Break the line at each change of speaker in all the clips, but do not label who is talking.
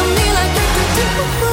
on me like do, do, do, do.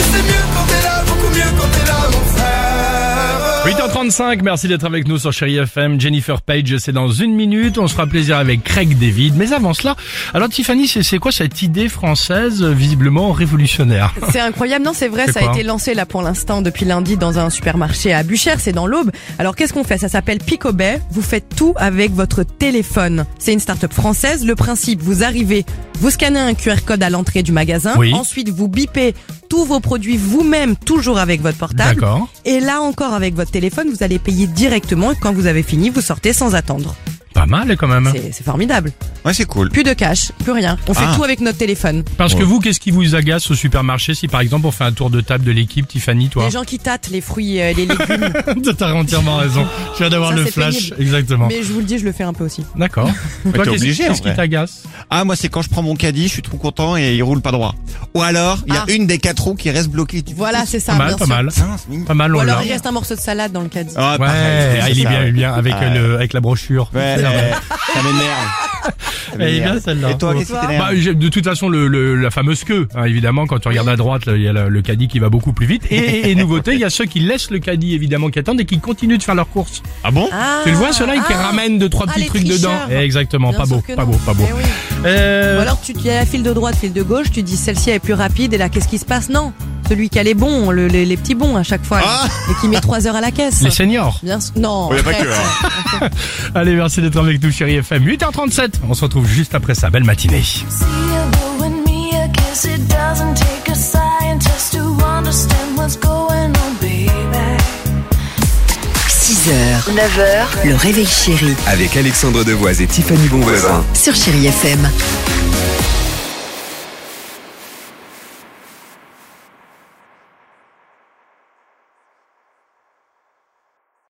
c'est mieux quand t'es là, beaucoup mieux quand t'es là, mon frère.
8h35, merci d'être avec nous sur Chéri FM. Jennifer Page, c'est dans une minute. On se fera plaisir avec Craig David. Mais avant cela, alors Tiffany, c'est- c'est quoi cette idée française euh, visiblement révolutionnaire
C'est incroyable, non c'est vrai,
C'est
ça
quoi
a été lancé là pour l'instant depuis lundi dans un supermarché à Buchères, c'est dans l'Aube. Alors qu'est-ce qu'on fait Ça s'appelle Picobay, vous faites tout avec votre téléphone. C'est une start-up française, le principe, vous arrivez, vous scannez un QR code à l'entrée du magasin,
Oui.
ensuite vous bipez tous vos produits vous-même, toujours avec votre portable.
D'accord.
Et là encore avec votre téléphone, vous allez payer directement et quand vous avez fini, vous sortez sans attendre.
Pas mal quand même.
C'est c'est formidable.
Ouais, c'est cool.
Plus de cash, plus rien. On fait
Ah.
tout avec notre téléphone.
Parce que vous, qu'est-ce qui vous agace au supermarché si par exemple on fait un tour de table de l'équipe, Tiffany, toi
Les gens qui tâtent les fruits et les légumes.
T'as entièrement raison. Tu viens d'avoir
Ça,
le
c'est
flash.
pénible.
Exactement.
Mais je vous le dis, je le fais un peu aussi.
D'accord.
t'es
Toi, qu'est-ce
obligé, en
qu'est-ce qui
vrai.
t'agace
Ah, moi, c'est quand je prends mon caddie, je suis trop content et il roule pas droit. Ou alors, il y a
Ah.
une des quatre roues qui reste bloquée. Tu-
Voilà, c'est ça.
Pas mal,
bien
pas
sûr.
mal.
Putain, c'est mignon.
Pas mal,
Ou
on l'a.
alors il reste un morceau de salade dans le caddie.
Ah, pareil,
Ouais,
c'est
ah, il est
ça,
bien, il
ouais.
est bien avec
Ah,
euh, le- avec la brochure. C'est
Ouais, ouais, ça m'énerve. Ça
Elle est bien,
m'énerve.
celle-là.
Et toi,
Ouais.
qu'est-ce qui
Bah,
t'énerve
j'ai- de toute façon, le, le- la fameuse queue, hein, évidemment, quand tu regardes à droite, là, il y a le, le caddie qui va beaucoup plus vite. Et, et nouveauté, il y a ceux qui laissent le caddie, évidemment, qui attendent et qui continuent de faire leurs courses.
Ah bon
tu le vois, ceux-là, ils qui
ah.
ramènent deux, trois
Ah,
petits
les
trucs dedans.
tricheurs.
Eh, exactement,
Bien
pas
sûr
beau,
que
pas
non.
beau, pas beau,
Eh oui.
Euh,
Ou alors tu tu as la file de droite, file de gauche, tu dis celle-ci elle est plus rapide et là qu'est-ce qui se passe Non, celui qui a les bons, le- les, les petits bons à chaque fois là,
Ah.
et qui met 3 heures à la caisse.
Les Oh, seniors.
Bien sûr. Non.
Oui, y a pas
après,
que, hein.
Allez, merci d'être avec nous, chérie FM. 8h37. On se retrouve juste après ça. Belle matinée.
See you and me, I guess it doesn't take a scientist to understand what's going on, baby.
6h, 9h, le réveil chéri
Avec Alexandre Devoise et Tiffany Bonvoisin.
sur Chérie FM.